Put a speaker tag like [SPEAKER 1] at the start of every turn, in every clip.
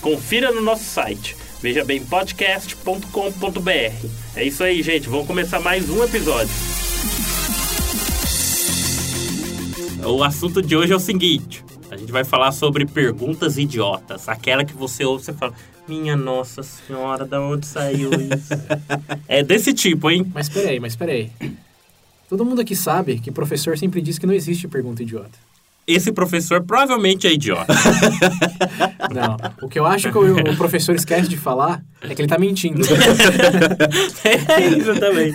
[SPEAKER 1] Confira no nosso site vejabempodcast.com.br. É isso aí, gente, vamos começar mais um episódio. O assunto de hoje é o seguinte: a gente vai falar sobre perguntas idiotas. Aquela que você ouve e fala, minha nossa senhora, da onde saiu isso? é desse tipo, hein?
[SPEAKER 2] Mas peraí, mas peraí. Todo mundo aqui sabe que professor sempre diz que não existe pergunta idiota.
[SPEAKER 1] Esse professor provavelmente é idiota.
[SPEAKER 2] Não. O que eu acho que o o professor esquece de falar é que ele tá mentindo.
[SPEAKER 1] é isso também.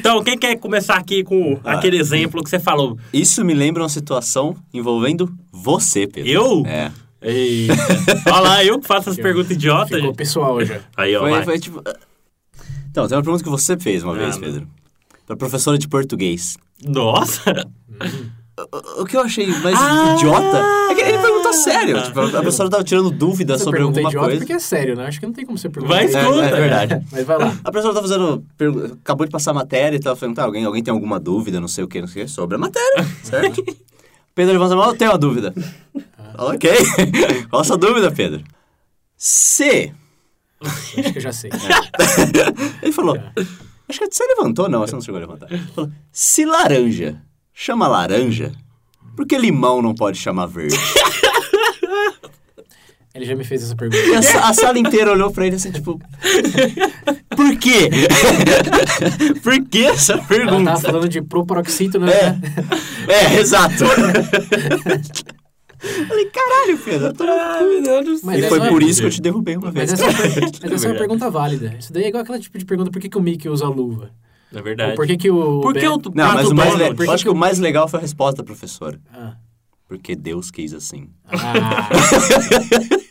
[SPEAKER 1] Então, quem quer começar aqui com aquele exemplo que você falou?
[SPEAKER 3] Isso me lembra uma situação envolvendo você, Pedro.
[SPEAKER 1] Eu?
[SPEAKER 3] É.
[SPEAKER 1] Eita. Olha lá, eu que faço as perguntas idiotas.
[SPEAKER 2] Ficou
[SPEAKER 1] gente.
[SPEAKER 2] pessoal já.
[SPEAKER 1] Aí, ó,
[SPEAKER 3] Foi,
[SPEAKER 1] vai.
[SPEAKER 3] foi tipo. Então, tem uma pergunta que você fez uma vez,
[SPEAKER 1] Ah,
[SPEAKER 3] Pedro. Pra professora de português.
[SPEAKER 1] Nossa.
[SPEAKER 3] O, o que eu achei mais
[SPEAKER 1] Ah!
[SPEAKER 3] idiota é que ele perguntou sério. Tipo, a professora tava tirando dúvidas
[SPEAKER 2] Essa
[SPEAKER 3] sobre
[SPEAKER 2] pergunta é
[SPEAKER 3] alguma
[SPEAKER 2] idiota
[SPEAKER 3] coisa.
[SPEAKER 2] porque é sério, né? Acho que não tem como você perguntar.
[SPEAKER 1] Vai
[SPEAKER 2] isso.
[SPEAKER 3] É,
[SPEAKER 1] escuta.
[SPEAKER 3] é verdade.
[SPEAKER 2] Mas vai lá.
[SPEAKER 3] A professora tá fazendo. pergu- Acabou de passar a matéria e tava perguntando, alguém, alguém tem alguma dúvida, não sei o que, não sei o que, sobre a matéria, certo? Pedro levanta a mão, eu tenho uma dúvida.
[SPEAKER 1] Ah.
[SPEAKER 3] Fala, ok. Qual a sua dúvida, Pedro? C.
[SPEAKER 2] Acho que eu já sei. né?
[SPEAKER 3] Ele falou. Acho que você levantou, não, você não chegou a levantar. Ele Falou, se laranja chama laranja, por que limão não pode chamar verde?
[SPEAKER 2] Ele já me fez essa
[SPEAKER 3] E
[SPEAKER 2] pergunta.
[SPEAKER 3] a, sa- a sala inteira olhou pra ele assim, tipo. Por quê? por que essa
[SPEAKER 2] Ela tava
[SPEAKER 3] pergunta?
[SPEAKER 2] falando de proparoxítono, né?
[SPEAKER 3] É, é, exato. Falei, caralho, Pedro. eu tô no cu."
[SPEAKER 2] Mas
[SPEAKER 3] e
[SPEAKER 2] essa
[SPEAKER 3] foi
[SPEAKER 2] não é-
[SPEAKER 3] por isso que eu te derrubei uma
[SPEAKER 2] Mas
[SPEAKER 3] vez.
[SPEAKER 2] essa, é uma per- mas essa é uma
[SPEAKER 1] Verdade.
[SPEAKER 2] pergunta válida. Isso daí é igual aquele tipo de pergunta: por que, que o Mickey usa luva?
[SPEAKER 1] É
[SPEAKER 2] Ou
[SPEAKER 1] verdade.
[SPEAKER 2] por que, que o.
[SPEAKER 1] Por que
[SPEAKER 2] Ben-
[SPEAKER 1] o
[SPEAKER 3] Não, mas
[SPEAKER 1] Pato
[SPEAKER 3] o mais
[SPEAKER 1] Donald?
[SPEAKER 2] né?
[SPEAKER 3] le- eu acho que o mais legal foi a resposta da professora.
[SPEAKER 2] Ah.
[SPEAKER 3] Porque Deus quis assim.
[SPEAKER 2] Ah.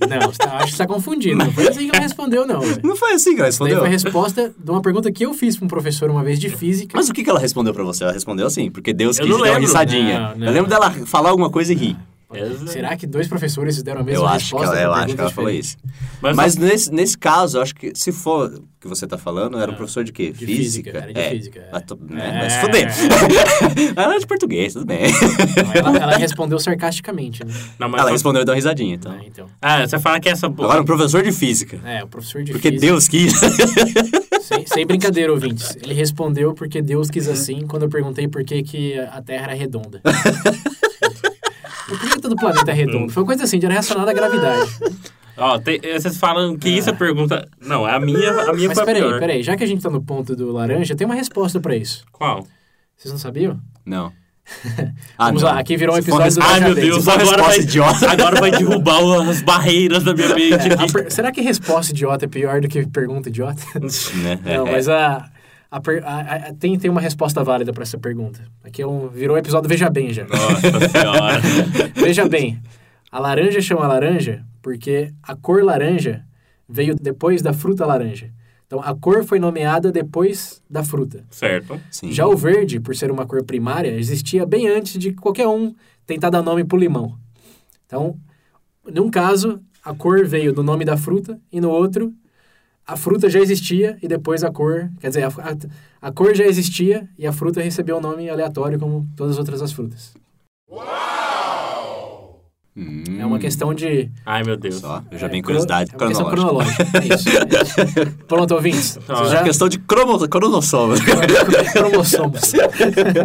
[SPEAKER 2] não, você tá- acho que você tá confundindo. Não foi assim que ela respondeu, não. velho.
[SPEAKER 3] Não foi assim que ela
[SPEAKER 2] Daí
[SPEAKER 3] respondeu.
[SPEAKER 2] foi a resposta de uma pergunta que eu fiz pra um professor uma vez de física.
[SPEAKER 3] Mas o que, que ela respondeu pra você? Ela respondeu assim, porque Deus
[SPEAKER 1] Eu
[SPEAKER 3] quis
[SPEAKER 1] não
[SPEAKER 3] e deu uma
[SPEAKER 1] lembro.
[SPEAKER 3] risadinha.
[SPEAKER 2] Não, não.
[SPEAKER 3] Eu lembro dela falar alguma coisa e rir.
[SPEAKER 1] Essa-
[SPEAKER 2] Será que dois professores deram a mesma
[SPEAKER 3] Eu acho que
[SPEAKER 2] resposta?
[SPEAKER 3] ela, eu
[SPEAKER 2] pra
[SPEAKER 3] acho que ela
[SPEAKER 2] perguntas
[SPEAKER 3] falou
[SPEAKER 2] diferentes?
[SPEAKER 3] isso.
[SPEAKER 1] Mas,
[SPEAKER 3] Mas, nesse, nesse caso, eu acho que se for o que você tá falando, era um professor de quê?
[SPEAKER 2] É. de
[SPEAKER 3] física?
[SPEAKER 2] física, era de
[SPEAKER 3] é.
[SPEAKER 2] física, é.
[SPEAKER 3] Mas, tu- né?
[SPEAKER 2] É.
[SPEAKER 3] Mas fudeu. era de português, tudo bem.
[SPEAKER 2] Não, ela, ela respondeu sarcasticamente, né?
[SPEAKER 1] não, mas
[SPEAKER 3] Ela
[SPEAKER 1] só-
[SPEAKER 3] respondeu e deu uma risadinha, então.
[SPEAKER 2] Ah, então.
[SPEAKER 1] Ah, você fala que essa...
[SPEAKER 3] Agora, um professor de física.
[SPEAKER 2] É, o professor de
[SPEAKER 3] Porque
[SPEAKER 2] física.
[SPEAKER 3] Deus quis.
[SPEAKER 2] Sem, sem brincadeira, ouvintes. Ele respondeu porque Deus quis assim quando eu perguntei por que, que a Terra era redonda. Por que que todo planeta é redondo? Foi uma coisa assim, era relacionada à gravidade.
[SPEAKER 1] Ó, tem- vocês falam que isso é pergunta... Não, a minha, a minha
[SPEAKER 2] Mas
[SPEAKER 1] foi a
[SPEAKER 2] peraí,
[SPEAKER 1] pior.
[SPEAKER 2] peraí, já que a gente tá no ponto do laranja, tem uma resposta pra isso.
[SPEAKER 1] Qual?
[SPEAKER 2] Vocês não sabiam?
[SPEAKER 3] Não. Ah,
[SPEAKER 2] Vamos lá, aqui virou um
[SPEAKER 3] Se for
[SPEAKER 2] episódio do
[SPEAKER 3] resposta-
[SPEAKER 1] Ai, meu
[SPEAKER 2] Veja Bem.
[SPEAKER 1] Deus,
[SPEAKER 3] Uma
[SPEAKER 1] agora
[SPEAKER 3] resposta
[SPEAKER 1] vai,
[SPEAKER 3] idiota.
[SPEAKER 1] agora vai derrubar o- as barreiras da minha mente
[SPEAKER 2] A
[SPEAKER 1] aqui.
[SPEAKER 2] per- Será que resposta idiota é pior do que pergunta idiota?
[SPEAKER 3] Né? É,
[SPEAKER 2] Não,
[SPEAKER 3] é.
[SPEAKER 2] mas a, a per- a- a- a- tem, tem uma resposta válida pra essa pergunta. Aqui é um, virou um episódio Veja Bem já.
[SPEAKER 1] Nossa senhora.
[SPEAKER 2] Veja bem, a laranja chama laranja porque a cor laranja veio depois da fruta laranja. Então a cor foi nomeada depois da fruta.
[SPEAKER 1] Certo.
[SPEAKER 3] Sim.
[SPEAKER 2] Já o verde, por ser uma cor primária, existia bem antes de qualquer um tentar dar nome pro limão. Então, num caso, a cor veio do nome da fruta e no outro a fruta já existia e depois a cor, quer dizer, a, a- a cor já existia e a fruta recebeu um nome aleatório como todas as outras as frutas.
[SPEAKER 3] Hum,
[SPEAKER 2] É uma questão de
[SPEAKER 1] Ai, meu Deus.
[SPEAKER 3] Só, eu já
[SPEAKER 2] É,
[SPEAKER 3] vim
[SPEAKER 2] cro-
[SPEAKER 3] curiosidade
[SPEAKER 2] É uma questão
[SPEAKER 3] cronológica.
[SPEAKER 2] cronológica. É isso, é isso. Pronto, ouvintes. Vocês já...
[SPEAKER 3] É Questão de cromo- cronossomos.
[SPEAKER 2] cromossomos.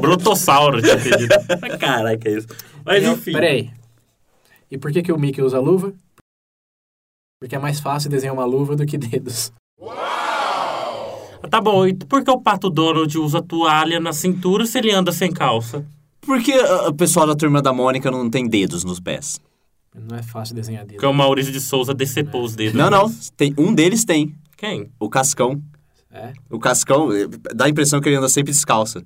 [SPEAKER 1] Brotossauro, eu tinha pedido. Ah, Caraca, é isso. Mas enfim.
[SPEAKER 2] Peraí. E por que, que o Mickey usa luva? Porque é mais fácil desenhar uma luva do que dedos.
[SPEAKER 1] Tá bom, e por que o Pato Donald usa toalha na cintura se ele anda sem calça?
[SPEAKER 3] Por que ah, o pessoal da turma da Mônica não tem dedos nos pés?
[SPEAKER 2] Não é fácil desenhar dedos.
[SPEAKER 1] Porque o Maurício de Souza decepou os dedos.
[SPEAKER 3] Não, não. Tem, um deles tem.
[SPEAKER 1] Quem?
[SPEAKER 3] O Cascão.
[SPEAKER 2] É?
[SPEAKER 3] O Cascão eh, dá a impressão que ele anda sempre descalço.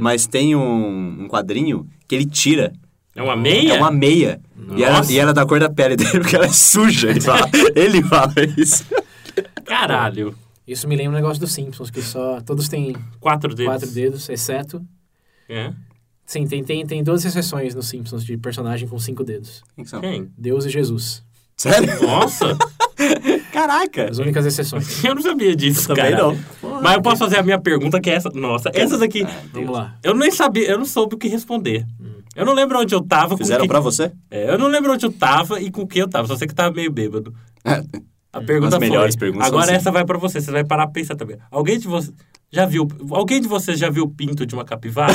[SPEAKER 3] Mas tem um, um quadrinho que ele tira.
[SPEAKER 1] É uma meia?
[SPEAKER 3] É uma meia. E era,
[SPEAKER 1] Nossa.
[SPEAKER 3] é e era da cor da pele dele, porque ela é suja. Ele fala, ele fala isso.
[SPEAKER 1] Caralho.
[SPEAKER 2] Isso me lembra um negócio dos Simpsons, que só todos têm
[SPEAKER 1] Quatro dedos.
[SPEAKER 2] quatro dedos, exceto...
[SPEAKER 1] É?
[SPEAKER 2] Sim, tem, tem, tem duas exceções nos Simpsons de personagem com cinco dedos.
[SPEAKER 3] Quem que são?
[SPEAKER 1] Quem?
[SPEAKER 2] Deus e Jesus.
[SPEAKER 3] Sério?
[SPEAKER 1] Nossa,
[SPEAKER 3] Caraca!
[SPEAKER 2] As únicas exceções.
[SPEAKER 1] eu não sabia disso,
[SPEAKER 3] Também
[SPEAKER 1] cara.
[SPEAKER 3] não.
[SPEAKER 1] Mas eu posso fazer a minha pergunta, que é essa. Nossa, essas aqui.
[SPEAKER 3] ah,
[SPEAKER 2] Vamos lá.
[SPEAKER 1] Eu nem sabia, eu não soube o que responder. Eu não lembro onde eu tava. com
[SPEAKER 3] Hum. Fizeram
[SPEAKER 1] que...
[SPEAKER 3] pra você?
[SPEAKER 1] É, eu não lembro onde eu tava e com o que eu tava, só sei que tava meio bêbado. A pergunta
[SPEAKER 3] É. As melhores
[SPEAKER 1] foi,
[SPEAKER 3] perguntas
[SPEAKER 1] Agora
[SPEAKER 3] são assim.
[SPEAKER 1] essa vai pra você, você vai parar pra pensar também. Alguém de vocês já viu, alguém de vocês já viu o pinto de uma capivara?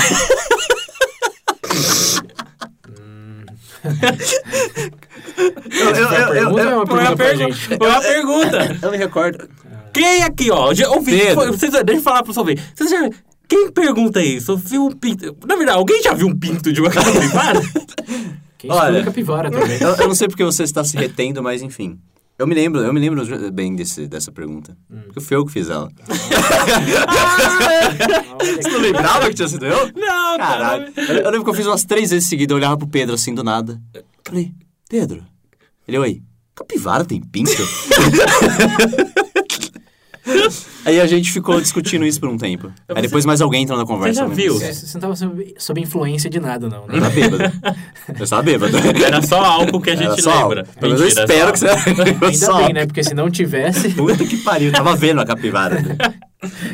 [SPEAKER 3] Eu, eu,
[SPEAKER 2] Essa pergunta é
[SPEAKER 1] foi a
[SPEAKER 2] uma pergunta pra
[SPEAKER 1] pergunta.
[SPEAKER 2] gente.
[SPEAKER 1] Foi a pergunta.
[SPEAKER 3] eu me recordo.
[SPEAKER 1] Quem aqui, ó, já ouvi,
[SPEAKER 3] Pedro.
[SPEAKER 1] foi- vocês- deixa eu falar pro seu ouvir. Vocês já quem pergunta isso? Viu um pinto? Na verdade, alguém já viu um pinto de uma capivara?
[SPEAKER 2] Quem estuda
[SPEAKER 3] Olha.
[SPEAKER 2] capivara também.
[SPEAKER 3] Eu, eu não sei porque você está se retendo, mas enfim. Eu me lembro, eu me lembro bem desse, dessa pergunta.
[SPEAKER 1] Hum.
[SPEAKER 3] Porque fui eu que fiz ela. Você não lembrava que tinha sido eu?
[SPEAKER 1] não, cara.
[SPEAKER 3] Caralho. Eu, eu lembro que eu fiz umas três vezes seguidas, eu olhava pro Pedro assim do nada. Falei, Pedro. Ele, oi, capivara tem pinto? Aí a gente ficou discutindo isso por um tempo. Aí depois mais alguém entrou na conversa.
[SPEAKER 1] já
[SPEAKER 3] eu lembro
[SPEAKER 1] viu?
[SPEAKER 3] disso.
[SPEAKER 2] Você você não tava sob, sob influência de nada, não,
[SPEAKER 3] Eu
[SPEAKER 2] né?
[SPEAKER 3] tava bêbado. Eu tava bêbado.
[SPEAKER 1] Era só álcool que a gente
[SPEAKER 3] Era só
[SPEAKER 1] lembra.
[SPEAKER 3] álcool. Pelo menos
[SPEAKER 1] Mentira,
[SPEAKER 3] eu espero
[SPEAKER 1] só
[SPEAKER 3] que você...
[SPEAKER 1] álcool.
[SPEAKER 3] Eu
[SPEAKER 2] Ainda
[SPEAKER 3] só
[SPEAKER 2] bem, né? Porque se não tivesse,
[SPEAKER 3] Puta que pariu, tava vendo a capivara.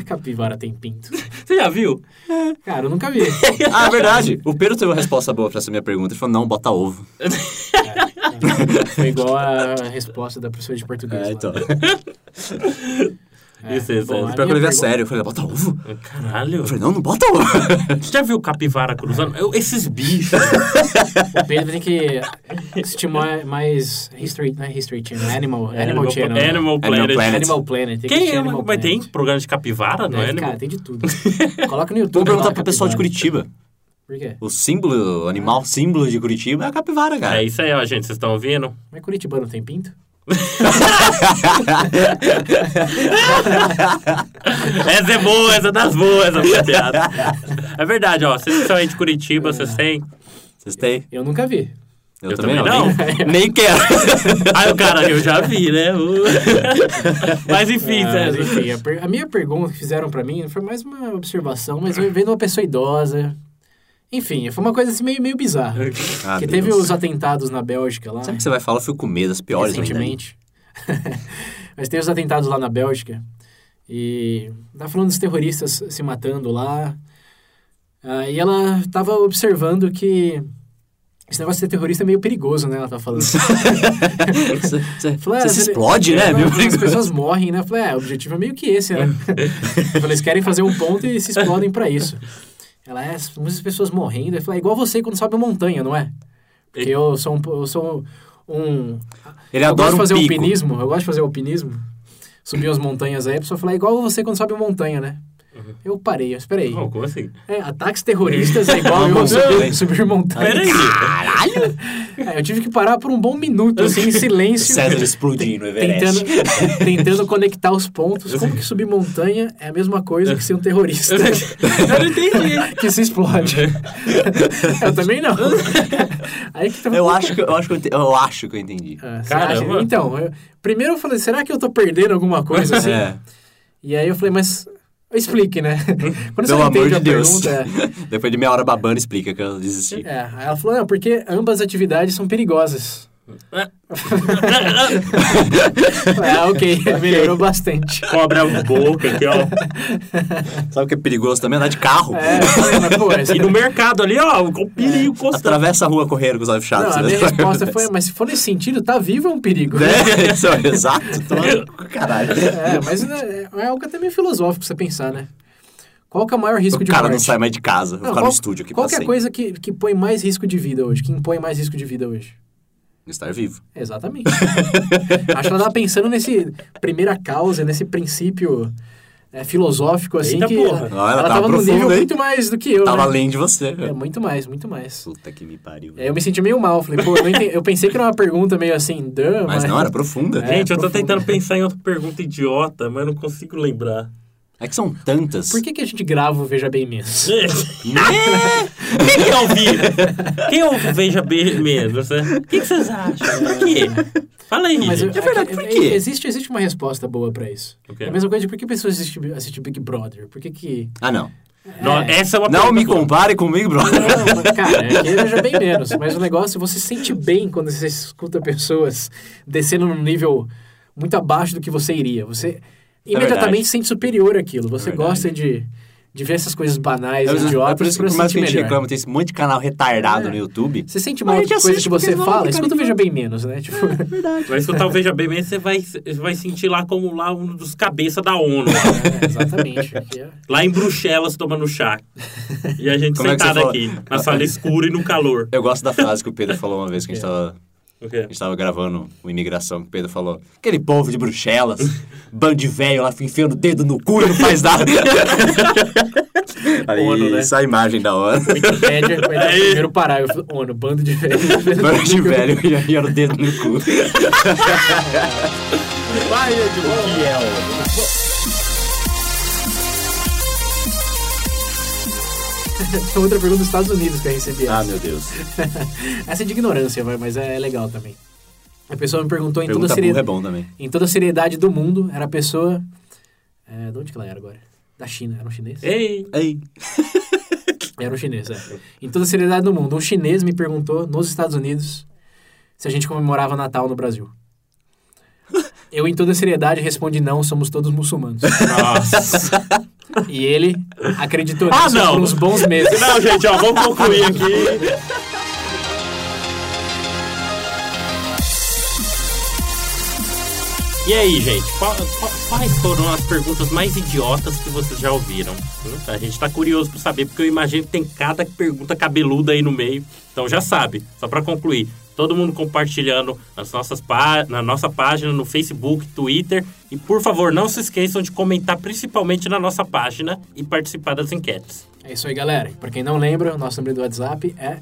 [SPEAKER 2] capivara tem pinto.
[SPEAKER 1] Você já viu?
[SPEAKER 2] Cara, eu nunca vi.
[SPEAKER 3] ah, é verdade. O Pedro teve uma resposta boa pra essa minha pergunta. Ele falou, não, bota ovo.
[SPEAKER 2] Foi igual a resposta da professora de português.
[SPEAKER 3] É, então.
[SPEAKER 2] Lá.
[SPEAKER 3] Pior
[SPEAKER 2] É,
[SPEAKER 1] Isso, isso,
[SPEAKER 2] bom,
[SPEAKER 1] isso.
[SPEAKER 2] a
[SPEAKER 3] que eu
[SPEAKER 2] minha
[SPEAKER 3] levei a
[SPEAKER 2] pergunta-
[SPEAKER 3] sério. Eu falei, bota ovo?
[SPEAKER 1] Caralho.
[SPEAKER 3] Eu falei, não, não bota ovo.
[SPEAKER 1] Você já viu capivara cruzando? Eu- esses bichos.
[SPEAKER 2] O Pedro tem que assistir mais, mais History, não é History Channel, Animal, Animal Channel. né?
[SPEAKER 1] Animal Planet.
[SPEAKER 3] Animal Planet.
[SPEAKER 2] Animal Planet. Tem que
[SPEAKER 1] Quem
[SPEAKER 2] assistir
[SPEAKER 1] é?
[SPEAKER 2] Animal
[SPEAKER 1] Mas tem
[SPEAKER 2] Planet.
[SPEAKER 1] programa de capivara, não é?
[SPEAKER 2] Deve,
[SPEAKER 1] Animal...
[SPEAKER 2] Cara, tem de tudo. Coloca no YouTube.
[SPEAKER 3] Vou perguntar
[SPEAKER 2] lá,
[SPEAKER 3] pro pessoal de
[SPEAKER 2] capivara.
[SPEAKER 3] Curitiba.
[SPEAKER 2] Por quê?
[SPEAKER 3] O símbolo, o animal símbolo de Curitiba é a capivara, cara.
[SPEAKER 1] É isso aí, ó, gente. Vocês estão ouvindo?
[SPEAKER 2] Mas Curitibano tem pinto?
[SPEAKER 1] Essa é boa, essa é das boas, essa minha piada. É verdade, ó. Vocês que são aí de Curitiba, vocês têm.
[SPEAKER 3] Vocês têm?
[SPEAKER 2] Eu nunca vi.
[SPEAKER 3] Eu,
[SPEAKER 1] Eu
[SPEAKER 3] também,
[SPEAKER 1] também
[SPEAKER 3] Nem, nem quero.
[SPEAKER 1] Aí o cara, eu já vi, né? Uh. Mas enfim,
[SPEAKER 2] Ah,
[SPEAKER 1] César.
[SPEAKER 2] enfim, a, per- a minha pergunta que fizeram pra mim foi mais uma observação, mas eu vendo uma pessoa idosa. Enfim, foi uma coisa assim meio, meio bizarra.
[SPEAKER 3] Ah,
[SPEAKER 2] que
[SPEAKER 3] Deus.
[SPEAKER 2] teve os atentados na Bélgica lá.
[SPEAKER 3] Sempre que você vai falar, eu fico com medo, as piores ainda.
[SPEAKER 2] recentemente. Mas tem os atentados lá na Bélgica. E tá falando dos terroristas se matando lá. Ah, e ela tava observando que esse negócio de ser terrorista é meio perigoso, né? Ela tá falando.
[SPEAKER 3] Você, você-
[SPEAKER 2] Falei,
[SPEAKER 3] você
[SPEAKER 2] ah,
[SPEAKER 3] se
[SPEAKER 2] você-
[SPEAKER 3] explode, né?
[SPEAKER 2] É,
[SPEAKER 3] Meu
[SPEAKER 2] não, As pessoas morrem, né? Eu falei, é, o objetivo é meio que esse, né? eu falei, eles querem fazer um ponto e se explodem pra isso. Ela, é, muitas pessoas morrendo. Eu falei, é igual você quando sobe uma montanha, não é? Porque eu sou um... Eu sou um
[SPEAKER 3] Ele
[SPEAKER 2] eu
[SPEAKER 3] adora
[SPEAKER 2] gosto de fazer
[SPEAKER 3] um pico.
[SPEAKER 2] alpinismo, eu gosto de fazer alpinismo. Subir as montanhas aí, a pessoa fala, é igual você quando sobe montanha, né? Eu parei, eu esperei.
[SPEAKER 1] Oh, como assim?
[SPEAKER 2] É, ataques terroristas é igual eu
[SPEAKER 3] Vamos
[SPEAKER 2] subir,
[SPEAKER 3] ver.
[SPEAKER 2] subir montanha.
[SPEAKER 1] Peraí.
[SPEAKER 3] Caralho!
[SPEAKER 2] É, eu tive que parar por um bom minuto, assim, em silêncio.
[SPEAKER 3] César explodindo, no
[SPEAKER 2] Tentando,
[SPEAKER 3] Everest.
[SPEAKER 2] tentando conectar os pontos. Como que subir montanha é a mesma coisa que ser um terrorista
[SPEAKER 1] Eu não entendi.
[SPEAKER 2] que se explode? Eu também não. Aí que tá
[SPEAKER 3] Eu acho que eu acho que eu, ente- eu acho que eu entendi.
[SPEAKER 2] Ah, você acha?
[SPEAKER 1] Caramba.
[SPEAKER 2] Então, eu- primeiro eu falei, será que eu tô perdendo alguma coisa assim?
[SPEAKER 3] É,
[SPEAKER 2] E aí eu falei, mas explique, né? Quando
[SPEAKER 3] pelo
[SPEAKER 2] não
[SPEAKER 3] amor
[SPEAKER 2] entende
[SPEAKER 3] de
[SPEAKER 2] a
[SPEAKER 3] Deus.
[SPEAKER 2] pergunta,
[SPEAKER 3] Depois de meia hora babando, explica que eu desisti.
[SPEAKER 2] é, aí ela falou, não, porque ambas atividades são perigosas. Eu falei, ah, ok, melhorou bastante.
[SPEAKER 1] Cobra a boca aqui, ó.
[SPEAKER 3] Sabe o que é perigoso também? Andar de carro.
[SPEAKER 2] É, eu falei, mas pô, essa...
[SPEAKER 1] E no mercado ali, ó, o perigo constante.
[SPEAKER 3] Atravessa a rua correndo com os olhos
[SPEAKER 2] não,
[SPEAKER 3] fechados.
[SPEAKER 2] a
[SPEAKER 3] né?
[SPEAKER 2] minha resposta foi, mas se for nesse sentido, tá vivo é um perigo.
[SPEAKER 3] Né? Isso, exato. Tô maluco, Caralho.
[SPEAKER 2] É, mas né, é algo até meio filosófico pra você pensar, né? Qual que é o maior risco
[SPEAKER 3] O
[SPEAKER 2] de
[SPEAKER 3] cara não
[SPEAKER 2] morte?
[SPEAKER 3] sai mais de casa. Vou
[SPEAKER 2] Não,
[SPEAKER 3] ficar no
[SPEAKER 2] qual-
[SPEAKER 3] estúdio aqui
[SPEAKER 2] Qual
[SPEAKER 3] pra
[SPEAKER 2] que é a
[SPEAKER 3] sempre.
[SPEAKER 2] coisa que, que põe mais risco de vida hoje? Que impõe mais risco de vida hoje?
[SPEAKER 3] Estar vivo.
[SPEAKER 2] Exatamente. Acho que ela tava pensando nesse primeira causa, nesse princípio é, filosófico, assim,
[SPEAKER 1] Eita
[SPEAKER 2] que
[SPEAKER 1] porra.
[SPEAKER 2] ela,
[SPEAKER 3] Olha, ela
[SPEAKER 2] ela
[SPEAKER 3] tava
[SPEAKER 2] tava num
[SPEAKER 3] profunda,
[SPEAKER 2] nível
[SPEAKER 3] hein?
[SPEAKER 2] muito mais do que eu,
[SPEAKER 3] Tava
[SPEAKER 2] né?
[SPEAKER 3] além de você.
[SPEAKER 2] É, muito mais, muito mais.
[SPEAKER 3] Puta que me pariu.
[SPEAKER 2] E aí eu me senti meio mal, falei, pô, eu, não entendi- eu pensei que era uma pergunta meio assim, duh,
[SPEAKER 3] Mas não, era profunda.
[SPEAKER 2] É,
[SPEAKER 1] Gente, eu tô
[SPEAKER 2] profundo.
[SPEAKER 1] tentando pensar em outra pergunta idiota, mas não consigo lembrar.
[SPEAKER 3] É que são tantas.
[SPEAKER 2] Por que, que a gente grava o Veja Bem Menos?
[SPEAKER 1] É. Quem que ouviu? Quem ouve o Veja Bem mesmo? O que, que vocês acham? Por quê? Fala aí.
[SPEAKER 2] Mas eu-
[SPEAKER 1] gente.
[SPEAKER 3] É verdade, por quê?
[SPEAKER 2] Existe, existe uma resposta boa pra isso.
[SPEAKER 1] O quê?
[SPEAKER 2] É a mesma coisa de por que pessoas assistem assistem Big Brother? Por que que...
[SPEAKER 3] Ah, não.
[SPEAKER 1] Não, essa é uma
[SPEAKER 3] Não
[SPEAKER 1] pergunta
[SPEAKER 3] me
[SPEAKER 1] boa.
[SPEAKER 3] compare comigo, brother.
[SPEAKER 2] Não, cara, é que veja bem menos. Mas o negócio, você se sente bem quando você escuta pessoas descendo num nível muito abaixo do que você iria. Você imediatamente
[SPEAKER 3] É verdade.
[SPEAKER 2] se sente superior àquilo. Você
[SPEAKER 1] verdade.
[SPEAKER 2] gosta de, de ver essas coisas banais,
[SPEAKER 3] É por isso- é por
[SPEAKER 2] idiotas,
[SPEAKER 3] isso que
[SPEAKER 2] pra
[SPEAKER 3] por
[SPEAKER 2] se
[SPEAKER 3] mais que
[SPEAKER 2] sentir
[SPEAKER 3] a gente
[SPEAKER 2] melhor.
[SPEAKER 3] reclama, tem esse monte de canal retardado
[SPEAKER 2] É.
[SPEAKER 3] no YouTube.
[SPEAKER 2] Você sente
[SPEAKER 3] Mas a
[SPEAKER 2] mal
[SPEAKER 3] gente
[SPEAKER 2] de coisa
[SPEAKER 3] assiste
[SPEAKER 2] que
[SPEAKER 3] porque
[SPEAKER 2] você
[SPEAKER 3] eles vão
[SPEAKER 2] fala,
[SPEAKER 3] ficar
[SPEAKER 2] escuta o Veja Bem Menos, né? Tipo,
[SPEAKER 1] Vai escutar o Veja Bem Menos, você vai, você vai sentir lá como lá um dos cabeças da ONU. lá.
[SPEAKER 2] é, exatamente. Que é-
[SPEAKER 1] Lá em Bruxelas tomando chá. E a gente
[SPEAKER 3] Como é que
[SPEAKER 1] sentado
[SPEAKER 3] você fala?
[SPEAKER 1] aqui, na sala escura e no calor.
[SPEAKER 3] Eu gosto da frase que o Pedro falou uma vez que a gente
[SPEAKER 2] É.
[SPEAKER 3] tava,
[SPEAKER 1] O quê?
[SPEAKER 3] a gente tava gravando o Imigração, que o Pedro falou. Aquele povo de Bruxelas, bando de velho lá enfiando o dedo no cu e não faz nada. Aí,
[SPEAKER 2] Ono, né?
[SPEAKER 3] essa é a imagem da hora.
[SPEAKER 2] Wikipédia, vai dar o
[SPEAKER 1] Aí.
[SPEAKER 2] primeiro parágrafo. ONU, bando de velho.
[SPEAKER 3] bando de velho e enfiando o dedo no cu.
[SPEAKER 1] Vai, Edmundo.
[SPEAKER 3] é,
[SPEAKER 2] Tem outra pergunta dos Estados Unidos que eu recebi.
[SPEAKER 3] Ah, meu Deus.
[SPEAKER 2] Essa é de ignorância, vai, mas é legal também. A pessoa me perguntou em toda,
[SPEAKER 3] Pergunta burra é
[SPEAKER 2] seriedade,
[SPEAKER 3] bom também.
[SPEAKER 2] em toda a seriedade do mundo, era a pessoa. é, de onde que ela era agora? Da China, era um chinês?
[SPEAKER 1] Ei,
[SPEAKER 3] Ei.
[SPEAKER 2] Era um chinês, é. Em toda a seriedade do mundo, um chinês me perguntou nos Estados Unidos se a gente comemorava Natal no Brasil. Eu, em toda a seriedade, respondi não, somos todos muçulmanos.
[SPEAKER 1] nossa.
[SPEAKER 2] E ele acreditou
[SPEAKER 1] Ah,
[SPEAKER 2] nisso
[SPEAKER 1] não.
[SPEAKER 2] por uns bons meses.
[SPEAKER 1] Não, gente, ó, vamos concluir aqui. E aí, gente, qual- qual- quais foram as perguntas mais idiotas que vocês já ouviram? A gente tá curioso pra saber, porque eu imagino que tem cada pergunta cabeluda aí no meio. Então já sabe, só pra concluir, todo mundo compartilhando nas nossas pá- na nossa página, no Facebook, Twitter. E por favor, não se esqueçam de comentar principalmente na nossa página e participar das enquetes.
[SPEAKER 2] É isso aí, galera. Pra quem não lembra, o nosso número do WhatsApp é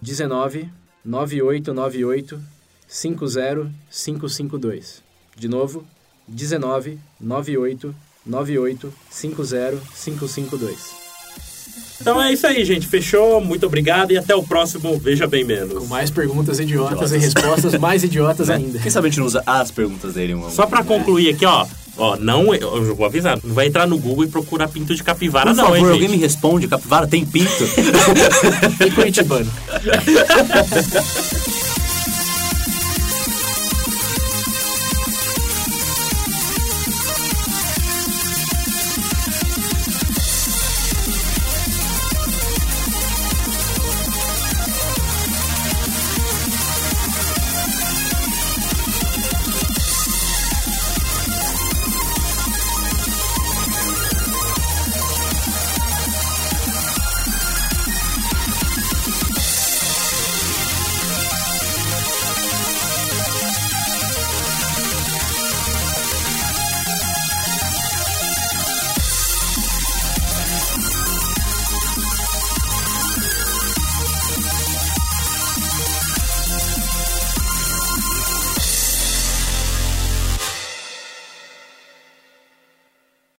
[SPEAKER 2] 19 9898 50552. De novo, 19 98 98 50552.
[SPEAKER 1] Então é isso aí, gente. Fechou. Muito obrigado e até o próximo Veja Bem
[SPEAKER 2] Com
[SPEAKER 1] Menos.
[SPEAKER 2] mais perguntas idiotas, e
[SPEAKER 3] Idiotas.
[SPEAKER 2] respostas mais idiotas
[SPEAKER 3] Né?
[SPEAKER 2] ainda.
[SPEAKER 3] Quem sabe a gente não usa as perguntas dele, um mano.
[SPEAKER 1] Só pra concluir aqui, ó. Ó, não, eu vou avisar. Não vai entrar no Google e procurar pinto de capivara,
[SPEAKER 3] Por
[SPEAKER 1] não,
[SPEAKER 3] favor,
[SPEAKER 1] hein,
[SPEAKER 3] alguém me
[SPEAKER 1] gente?
[SPEAKER 3] responde. Capivara tem pinto?
[SPEAKER 2] E Curitibano.